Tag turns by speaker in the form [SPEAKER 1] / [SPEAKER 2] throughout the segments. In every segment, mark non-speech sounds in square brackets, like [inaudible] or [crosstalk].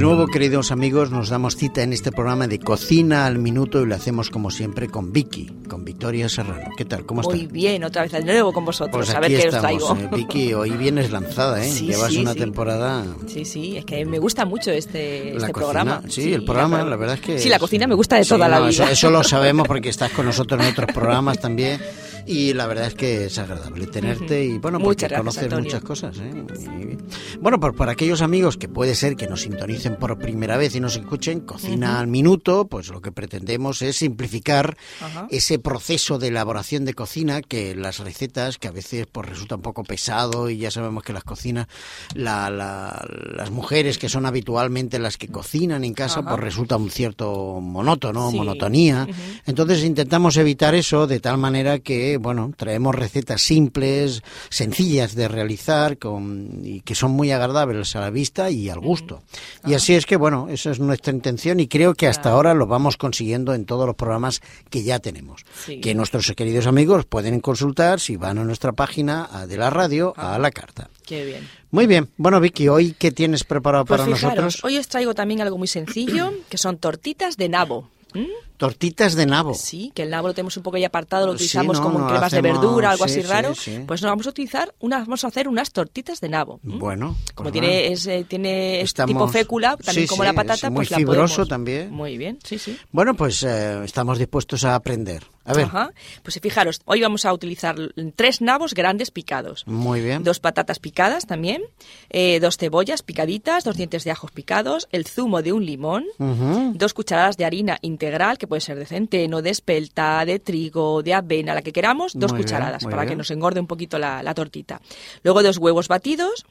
[SPEAKER 1] nuevo, queridos amigos, nos damos cita en este programa de Cocina al Minuto y lo hacemos como siempre con Vicky, con Victoria Serrano. ¿Qué tal? ¿Cómo estás?
[SPEAKER 2] Muy bien, otra vez de nuevo con vosotros.
[SPEAKER 1] Pues
[SPEAKER 2] a ver
[SPEAKER 1] aquí
[SPEAKER 2] qué os
[SPEAKER 1] estamos,
[SPEAKER 2] traigo.
[SPEAKER 1] eh, Vicky, hoy vienes lanzada, ¿eh?
[SPEAKER 2] Sí,
[SPEAKER 1] Llevas
[SPEAKER 2] sí,
[SPEAKER 1] una
[SPEAKER 2] sí.
[SPEAKER 1] temporada...
[SPEAKER 2] Sí, sí, es que me gusta mucho
[SPEAKER 1] La
[SPEAKER 2] este, este
[SPEAKER 1] cocina,
[SPEAKER 2] programa.
[SPEAKER 1] Sí, el programa, la,
[SPEAKER 2] co-
[SPEAKER 1] verdad es que...
[SPEAKER 2] Sí, la
[SPEAKER 1] es-
[SPEAKER 2] cocina me gusta de
[SPEAKER 1] Sí,
[SPEAKER 2] toda la
[SPEAKER 1] no, Eso,
[SPEAKER 2] vida.
[SPEAKER 1] eso lo sabemos porque estás con nosotros en otros programas también y la verdad es que es agradable tenerte y bueno, porque
[SPEAKER 2] Muchas gracias,
[SPEAKER 1] conoces
[SPEAKER 2] Antonio.
[SPEAKER 1] muchas cosas. ¿eh? Muy bien. Bueno, pues para aquellos amigos que puede ser que nos sintonicen por primera vez y nos escuchen, cocina al minuto, pues lo que pretendemos es simplificar
[SPEAKER 2] [laughs] Ajá.
[SPEAKER 1] ese proceso de elaboración de cocina que las recetas que a veces pues resulta un poco pesado y ya sabemos que las cocinas la- la- las mujeres que son habitualmente las que cocinan en casa
[SPEAKER 2] Ajá.
[SPEAKER 1] pues resulta un cierto monótono
[SPEAKER 2] Sí.
[SPEAKER 1] monotonía
[SPEAKER 2] Ujú.
[SPEAKER 1] entonces intentamos evitar eso de tal manera que bueno traemos recetas simples sencillas de realizar con, y que son muy agradables a la vista y al gusto y así es que bueno esa es nuestra intención y creo que hasta
[SPEAKER 2] Ah. Claro.
[SPEAKER 1] ahora lo vamos consiguiendo en todos los programas que ya tenemos
[SPEAKER 2] Sí.
[SPEAKER 1] que nuestros queridos amigos pueden consultar si van a nuestra página a de la radio
[SPEAKER 2] Ah.
[SPEAKER 1] a la carta
[SPEAKER 2] Qué bien.
[SPEAKER 1] muy bien. Bueno, Vicky, ¿hoy qué tienes preparado
[SPEAKER 2] Pues
[SPEAKER 1] para
[SPEAKER 2] fijaros,
[SPEAKER 1] nosotros?
[SPEAKER 2] hoy os traigo también algo muy sencillo, que son tortitas de nabo. ¿Mm?
[SPEAKER 1] Tortitas de nabo.
[SPEAKER 2] Sí, que el nabo lo tenemos un poco ya apartado, lo
[SPEAKER 1] Oh. Sí,
[SPEAKER 2] utilizamos
[SPEAKER 1] no,
[SPEAKER 2] como en
[SPEAKER 1] no lo
[SPEAKER 2] cremas de
[SPEAKER 1] hacemos,
[SPEAKER 2] verdura, algo
[SPEAKER 1] sí,
[SPEAKER 2] así
[SPEAKER 1] sí,
[SPEAKER 2] raro.
[SPEAKER 1] sí.
[SPEAKER 2] Pues no, vamos a utilizar, unas, vamos a hacer unas tortitas de nabo. ¿Mm?
[SPEAKER 1] Bueno.
[SPEAKER 2] Como
[SPEAKER 1] pues
[SPEAKER 2] tiene,
[SPEAKER 1] va.
[SPEAKER 2] es, eh, tiene es tipo
[SPEAKER 1] Estamos-
[SPEAKER 2] fécula,
[SPEAKER 1] sí,
[SPEAKER 2] también como
[SPEAKER 1] sí,
[SPEAKER 2] la
[SPEAKER 1] es
[SPEAKER 2] patata,
[SPEAKER 1] muy
[SPEAKER 2] pues la
[SPEAKER 1] fibroso
[SPEAKER 2] podemos-
[SPEAKER 1] también.
[SPEAKER 2] Muy bien, sí, sí.
[SPEAKER 1] Bueno, pues eh, estamos dispuestos a aprender. A ver.
[SPEAKER 2] Ajá. Pues fijaros, hoy vamos a utilizar tres nabos grandes picados.
[SPEAKER 1] Muy bien.
[SPEAKER 2] Dos patatas picadas también, eh, dos cebollas picaditas, dos dientes de ajos picados, el zumo de un limón,
[SPEAKER 1] Ujú.
[SPEAKER 2] dos cucharadas de harina integral, que puede ser de centeno, de espelta, de trigo, de avena, la que queramos, dos
[SPEAKER 1] Muy bien,
[SPEAKER 2] cucharadas
[SPEAKER 1] muy
[SPEAKER 2] para que
[SPEAKER 1] bien.
[SPEAKER 2] nos engorde un poquito la, la tortita. Luego dos huevos batidos,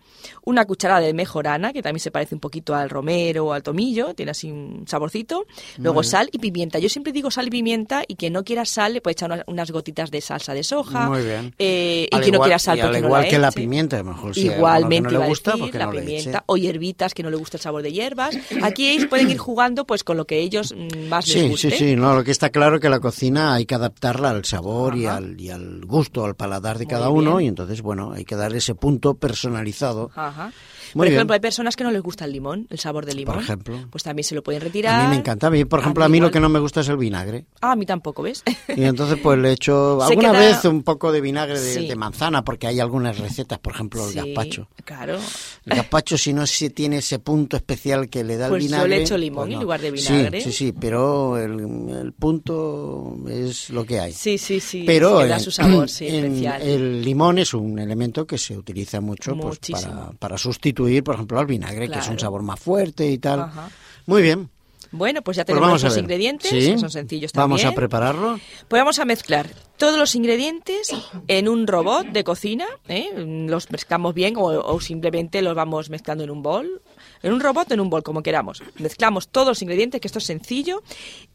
[SPEAKER 2] una cucharada de mejorana, que también se parece un poquito al romero o al tomillo, tiene así un saborcito. Luego sal y pimienta. Yo siempre digo sal y pimienta y quien no quiera sal le puede echar unas, unas gotitas de salsa de soja.
[SPEAKER 1] Muy bien.
[SPEAKER 2] Eh, y
[SPEAKER 1] Al
[SPEAKER 2] quien no
[SPEAKER 1] igual-
[SPEAKER 2] quiera sal,
[SPEAKER 1] y al
[SPEAKER 2] pues no
[SPEAKER 1] igual que la
[SPEAKER 2] eche.
[SPEAKER 1] pimienta, a lo mejor si a alguno que
[SPEAKER 2] Igualmente,
[SPEAKER 1] no le
[SPEAKER 2] iba a
[SPEAKER 1] gusta,
[SPEAKER 2] decir,
[SPEAKER 1] porque
[SPEAKER 2] la
[SPEAKER 1] no le eche.
[SPEAKER 2] pimienta o hierbitas que no le gusta el sabor de hierbas. Aquí ellos pueden ir jugando pues con lo que ellos mm, más les
[SPEAKER 1] Sí,
[SPEAKER 2] guste.
[SPEAKER 1] sí, sí. No, lo que está claro que la cocina hay que adaptarla al sabor y
[SPEAKER 2] Ajá.
[SPEAKER 1] al, y al gusto, al paladar de
[SPEAKER 2] Muy
[SPEAKER 1] cada uno.
[SPEAKER 2] bien.
[SPEAKER 1] Y entonces, bueno, hay que dar ese punto personalizado.
[SPEAKER 2] Ajá.
[SPEAKER 1] Muy
[SPEAKER 2] por
[SPEAKER 1] bien.
[SPEAKER 2] ejemplo, hay personas que no les gusta el limón, el sabor del limón.
[SPEAKER 1] ejemplo.
[SPEAKER 2] Pues también se lo pueden retirar.
[SPEAKER 1] A mí me encanta. A mí, por ejemplo, a mí lo
[SPEAKER 2] igual.
[SPEAKER 1] que no me gusta es el vinagre.
[SPEAKER 2] Ah, a mí tampoco, ¿ves? [laughs]
[SPEAKER 1] Y entonces pues le echo
[SPEAKER 2] Se
[SPEAKER 1] alguna
[SPEAKER 2] queda-
[SPEAKER 1] vez un poco de vinagre de,
[SPEAKER 2] Sí.
[SPEAKER 1] de manzana, porque hay algunas recetas, por ejemplo el
[SPEAKER 2] Sí,
[SPEAKER 1] gazpacho.
[SPEAKER 2] Claro.
[SPEAKER 1] El gazpacho si no se tiene ese punto especial que le da
[SPEAKER 2] Pues
[SPEAKER 1] el
[SPEAKER 2] yo le
[SPEAKER 1] vinagre...
[SPEAKER 2] echo limón en
[SPEAKER 1] no.
[SPEAKER 2] lugar de
[SPEAKER 1] Sí,
[SPEAKER 2] vinagre.
[SPEAKER 1] Sí, sí, pero el, el punto es lo que hay.
[SPEAKER 2] Sí, sí, sí.
[SPEAKER 1] Pero
[SPEAKER 2] que da
[SPEAKER 1] en- [clears throat]
[SPEAKER 2] su sabor, sí,
[SPEAKER 1] en- eh,
[SPEAKER 2] especial.
[SPEAKER 1] el limón es un elemento que se utiliza mucho pues,
[SPEAKER 2] Muchísimo.
[SPEAKER 1] para, para sustituir, por ejemplo, al vinagre, que es un
[SPEAKER 2] Claro.
[SPEAKER 1] sabor más fuerte y tal.
[SPEAKER 2] Ajá.
[SPEAKER 1] Muy bien,
[SPEAKER 2] Bueno, pues ya
[SPEAKER 1] pues
[SPEAKER 2] tenemos
[SPEAKER 1] vamos a
[SPEAKER 2] los
[SPEAKER 1] ver.
[SPEAKER 2] ingredientes,
[SPEAKER 1] Sí.
[SPEAKER 2] que son sencillos también.
[SPEAKER 1] Vamos a prepararlo.
[SPEAKER 2] Pues vamos a mezclar todos los ingredientes en un robot de cocina. ¿eh? Los mezclamos bien o, o simplemente los vamos mezclando en un bol. En un robot o en un bol, como queramos. Mezclamos todos los ingredientes, que esto es sencillo.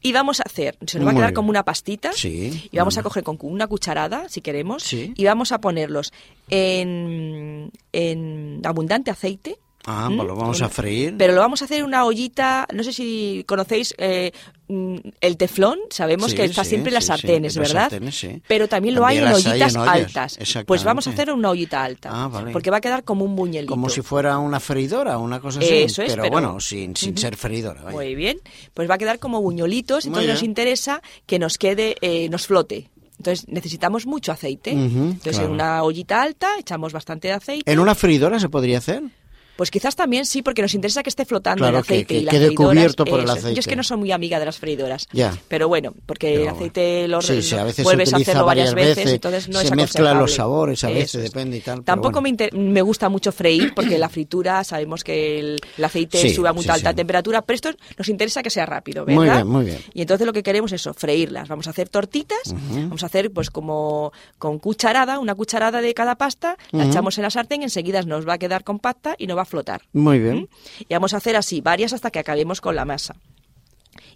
[SPEAKER 2] Y vamos a hacer, se nos va a
[SPEAKER 1] Muy
[SPEAKER 2] quedar
[SPEAKER 1] bien.
[SPEAKER 2] como una pastita.
[SPEAKER 1] Sí.
[SPEAKER 2] Y vamos a
[SPEAKER 1] Mm.
[SPEAKER 2] coger con una cucharada, si queremos.
[SPEAKER 1] Sí.
[SPEAKER 2] Y vamos a ponerlos en, en abundante aceite.
[SPEAKER 1] Ah,
[SPEAKER 2] ¿Mm?
[SPEAKER 1] pues lo vamos a
[SPEAKER 2] Una-
[SPEAKER 1] freír.
[SPEAKER 2] pero lo vamos a hacer en una ollita, no sé si conocéis eh, mm, el teflón, sabemos
[SPEAKER 1] Sí,
[SPEAKER 2] que está
[SPEAKER 1] sí,
[SPEAKER 2] siempre en las
[SPEAKER 1] sí, sí,
[SPEAKER 2] sartenes,
[SPEAKER 1] en las
[SPEAKER 2] ¿verdad?
[SPEAKER 1] sartenes, sí.
[SPEAKER 2] Pero también lo
[SPEAKER 1] También
[SPEAKER 2] hay en
[SPEAKER 1] las hay
[SPEAKER 2] ollitas
[SPEAKER 1] en ollas,
[SPEAKER 2] altas. Pues vamos a
[SPEAKER 1] exactamente.
[SPEAKER 2] hacer una ollita alta,
[SPEAKER 1] Ah, vale.
[SPEAKER 2] porque va a quedar como un buñuelito.
[SPEAKER 1] Como si fuera una freidora, una cosa así.
[SPEAKER 2] Eso es,
[SPEAKER 1] pero,
[SPEAKER 2] pero-
[SPEAKER 1] bueno, sin, sin ser freidora. vaya.
[SPEAKER 2] Muy bien, pues va a quedar como buñuelitos,
[SPEAKER 1] Muy
[SPEAKER 2] entonces nos
[SPEAKER 1] bien.
[SPEAKER 2] interesa que nos quede, eh, nos flote. Entonces necesitamos mucho aceite.
[SPEAKER 1] Ujú,
[SPEAKER 2] entonces
[SPEAKER 1] claro.
[SPEAKER 2] en una ollita alta echamos bastante de aceite.
[SPEAKER 1] ¿En una freidora se podría hacer?
[SPEAKER 2] Pues quizás también sí, porque nos interesa que esté flotando
[SPEAKER 1] Claro,
[SPEAKER 2] el
[SPEAKER 1] que-
[SPEAKER 2] aceite.
[SPEAKER 1] que
[SPEAKER 2] y las
[SPEAKER 1] quede
[SPEAKER 2] freidoras,
[SPEAKER 1] cubierto por el
[SPEAKER 2] eso es. Yo es
[SPEAKER 1] aceite.
[SPEAKER 2] que no soy muy amiga de las freidoras.
[SPEAKER 1] Ya.
[SPEAKER 2] Pero bueno, porque
[SPEAKER 1] Pero
[SPEAKER 2] el
[SPEAKER 1] bueno.
[SPEAKER 2] aceite lo,
[SPEAKER 1] Sí, sí, a veces se
[SPEAKER 2] vuelves a
[SPEAKER 1] utiliza
[SPEAKER 2] hacerlo varias
[SPEAKER 1] varias
[SPEAKER 2] veces,
[SPEAKER 1] veces,
[SPEAKER 2] entonces no
[SPEAKER 1] se
[SPEAKER 2] es
[SPEAKER 1] mezclan
[SPEAKER 2] aconsejable.
[SPEAKER 1] los sabores, a veces,
[SPEAKER 2] Eso es.
[SPEAKER 1] depende y tal, pero
[SPEAKER 2] Tampoco
[SPEAKER 1] bueno.
[SPEAKER 2] me, inter- me gusta mucho freír, porque la fritura sabemos que el, el aceite
[SPEAKER 1] Sí,
[SPEAKER 2] sube a muy
[SPEAKER 1] sí,
[SPEAKER 2] alta
[SPEAKER 1] sí.
[SPEAKER 2] temperatura, pero esto nos interesa que sea rápido, ¿verdad?
[SPEAKER 1] Muy bien, muy bien.
[SPEAKER 2] Y entonces lo que queremos es eso, freírlas. Vamos a hacer tortitas, vamos a hacer pues como con cucharada, una cucharada de cada pasta, la echamos en la sartén, enseguida nos va a quedar compacta y nos va a flotar.
[SPEAKER 1] Muy bien.
[SPEAKER 2] Y vamos a hacer así, varias hasta que acabemos con la masa.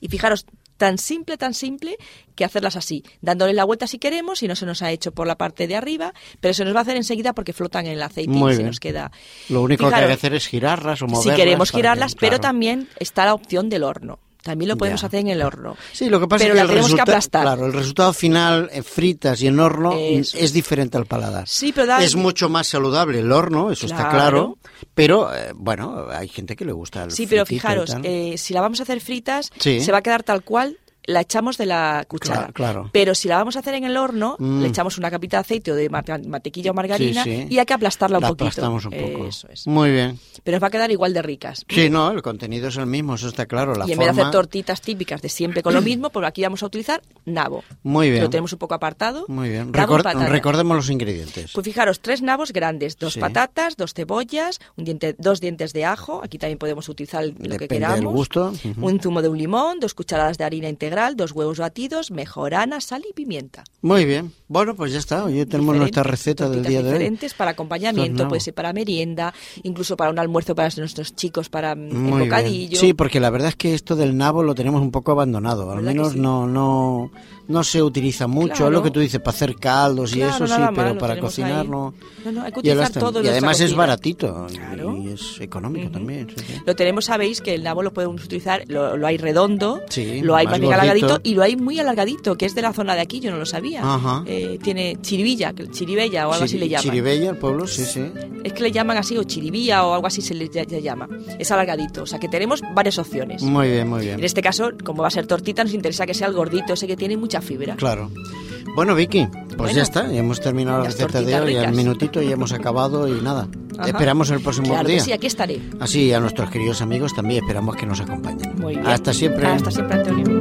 [SPEAKER 2] Y fijaros, tan simple, tan simple, que hacerlas así, dándole la vuelta si queremos, si no se nos ha hecho por la parte de arriba, pero se nos va a hacer enseguida porque flotan en el aceite
[SPEAKER 1] Muy
[SPEAKER 2] y se
[SPEAKER 1] bien.
[SPEAKER 2] nos queda.
[SPEAKER 1] Lo único que
[SPEAKER 2] Fijaros,
[SPEAKER 1] hay que hacer es girarlas o moverlas.
[SPEAKER 2] si queremos
[SPEAKER 1] para que-
[SPEAKER 2] girarlas, pero
[SPEAKER 1] claro.
[SPEAKER 2] también está la opción del horno. También lo podemos
[SPEAKER 1] Ya.
[SPEAKER 2] hacer en el horno.
[SPEAKER 1] Sí, lo que pasa es
[SPEAKER 2] Pero
[SPEAKER 1] que,
[SPEAKER 2] la
[SPEAKER 1] el,
[SPEAKER 2] tenemos que
[SPEAKER 1] resulta-
[SPEAKER 2] aplastar.
[SPEAKER 1] claro, el resultado final, eh, fritas y en horno, mm,
[SPEAKER 2] Eso.
[SPEAKER 1] es diferente al paladar.
[SPEAKER 2] Sí, pero da-
[SPEAKER 1] Es mucho más saludable el horno, eso está claro,
[SPEAKER 2] Claro.
[SPEAKER 1] pero eh, bueno, hay gente que le gusta el
[SPEAKER 2] Sí, pero
[SPEAKER 1] fritito y
[SPEAKER 2] fijaros,
[SPEAKER 1] tal.
[SPEAKER 2] eh, si la vamos a hacer fritas,
[SPEAKER 1] Sí.
[SPEAKER 2] se va a quedar tal cual, la echamos de la
[SPEAKER 1] Claro,
[SPEAKER 2] cuchara.
[SPEAKER 1] claro.
[SPEAKER 2] Pero si la vamos a hacer en el horno,
[SPEAKER 1] Mm.
[SPEAKER 2] le echamos una capita de aceite o de ma- mantequilla o margarina
[SPEAKER 1] Sí, sí.
[SPEAKER 2] y hay que aplastarla un
[SPEAKER 1] La
[SPEAKER 2] poquito.
[SPEAKER 1] aplastamos un poco.
[SPEAKER 2] Eso es.
[SPEAKER 1] Muy bien.
[SPEAKER 2] Pero os va a quedar igual de ricas.
[SPEAKER 1] Sí, no, el contenido es el mismo, eso está claro. La
[SPEAKER 2] y en
[SPEAKER 1] forma...
[SPEAKER 2] vez de hacer tortitas típicas de siempre con lo mismo, pues aquí vamos a utilizar nabo.
[SPEAKER 1] Muy bien.
[SPEAKER 2] Lo tenemos un poco apartado.
[SPEAKER 1] Muy bien.
[SPEAKER 2] Nabo y
[SPEAKER 1] Record-
[SPEAKER 2] patata.
[SPEAKER 1] recordemos los ingredientes.
[SPEAKER 2] Pues fijaros, tres nabos grandes, dos
[SPEAKER 1] Sí.
[SPEAKER 2] patatas, dos cebollas, un diente, dos dientes de ajo. Aquí también podemos utilizar lo
[SPEAKER 1] Depende
[SPEAKER 2] que queramos.
[SPEAKER 1] del gusto. Ujú.
[SPEAKER 2] Un zumo de un limón, dos cucharadas de harina integral, dos huevos batidos, mejorana, sal y pimienta.
[SPEAKER 1] Muy bien. Bueno, pues ya está. Hoy tenemos
[SPEAKER 2] Diferentes,
[SPEAKER 1] nuestra receta del
[SPEAKER 2] tortitas
[SPEAKER 1] día de hoy.
[SPEAKER 2] diferentes para acompañamiento,
[SPEAKER 1] nabos.
[SPEAKER 2] puede ser para merienda, incluso para un almuerzo para nuestros chicos, para mm, el
[SPEAKER 1] Muy
[SPEAKER 2] bocadillo.
[SPEAKER 1] bien. Sí, porque la verdad es que esto del nabo lo tenemos un poco abandonado. Al
[SPEAKER 2] ¿Verdad que
[SPEAKER 1] menos
[SPEAKER 2] sí?
[SPEAKER 1] no, no, no se utiliza mucho.
[SPEAKER 2] Claro.
[SPEAKER 1] Es lo que tú dices, para hacer caldos y
[SPEAKER 2] Claro,
[SPEAKER 1] eso sí,
[SPEAKER 2] nada
[SPEAKER 1] pero
[SPEAKER 2] malo,
[SPEAKER 1] para
[SPEAKER 2] tenemos
[SPEAKER 1] cocinar
[SPEAKER 2] ahí.
[SPEAKER 1] no.
[SPEAKER 2] No, no, hay que
[SPEAKER 1] Ya lo
[SPEAKER 2] utilizar
[SPEAKER 1] está.
[SPEAKER 2] todo
[SPEAKER 1] y
[SPEAKER 2] nuestra
[SPEAKER 1] además es
[SPEAKER 2] cocina.
[SPEAKER 1] baratito y-
[SPEAKER 2] Claro.
[SPEAKER 1] y es económico también. sí, sí.
[SPEAKER 2] Lo tenemos, sabéis que el nabo lo podemos utilizar, lo, lo hay redondo,
[SPEAKER 1] Sí,
[SPEAKER 2] lo hay
[SPEAKER 1] más
[SPEAKER 2] más bien alargadito
[SPEAKER 1] gordito.
[SPEAKER 2] y lo hay muy alargadito, que es de la zona de aquí, yo no lo sabía.
[SPEAKER 1] Ajá.
[SPEAKER 2] Eh, tiene chiribilla, que- chiribella o algo así
[SPEAKER 1] Chiri-
[SPEAKER 2] le llaman.
[SPEAKER 1] Chiribella, el pueblo, sí, sí.
[SPEAKER 2] Es que le llaman así, o chiribilla o algo así se le ya- ya llama. Es alargadito, o sea que tenemos varias opciones.
[SPEAKER 1] Muy bien, muy
[SPEAKER 2] En
[SPEAKER 1] bien.
[SPEAKER 2] este caso, como va a ser tortita, nos interesa que sea el gordito, ese que tiene mucha fibra.
[SPEAKER 1] Claro. Bueno, Vicky, pues
[SPEAKER 2] Bueno.
[SPEAKER 1] ya está. Ya hemos terminado la
[SPEAKER 2] Las
[SPEAKER 1] receta de
[SPEAKER 2] tortitas
[SPEAKER 1] hoy. Al
[SPEAKER 2] ricas.
[SPEAKER 1] minutito ya hemos acabado y nada.
[SPEAKER 2] Ajá.
[SPEAKER 1] Esperamos el próximo
[SPEAKER 2] Claro
[SPEAKER 1] día.
[SPEAKER 2] que sí, aquí estaré.
[SPEAKER 1] Así a nuestros queridos amigos también esperamos que nos acompañen.
[SPEAKER 2] Muy bien.
[SPEAKER 1] Hasta siempre.
[SPEAKER 2] Hasta siempre, Antonio.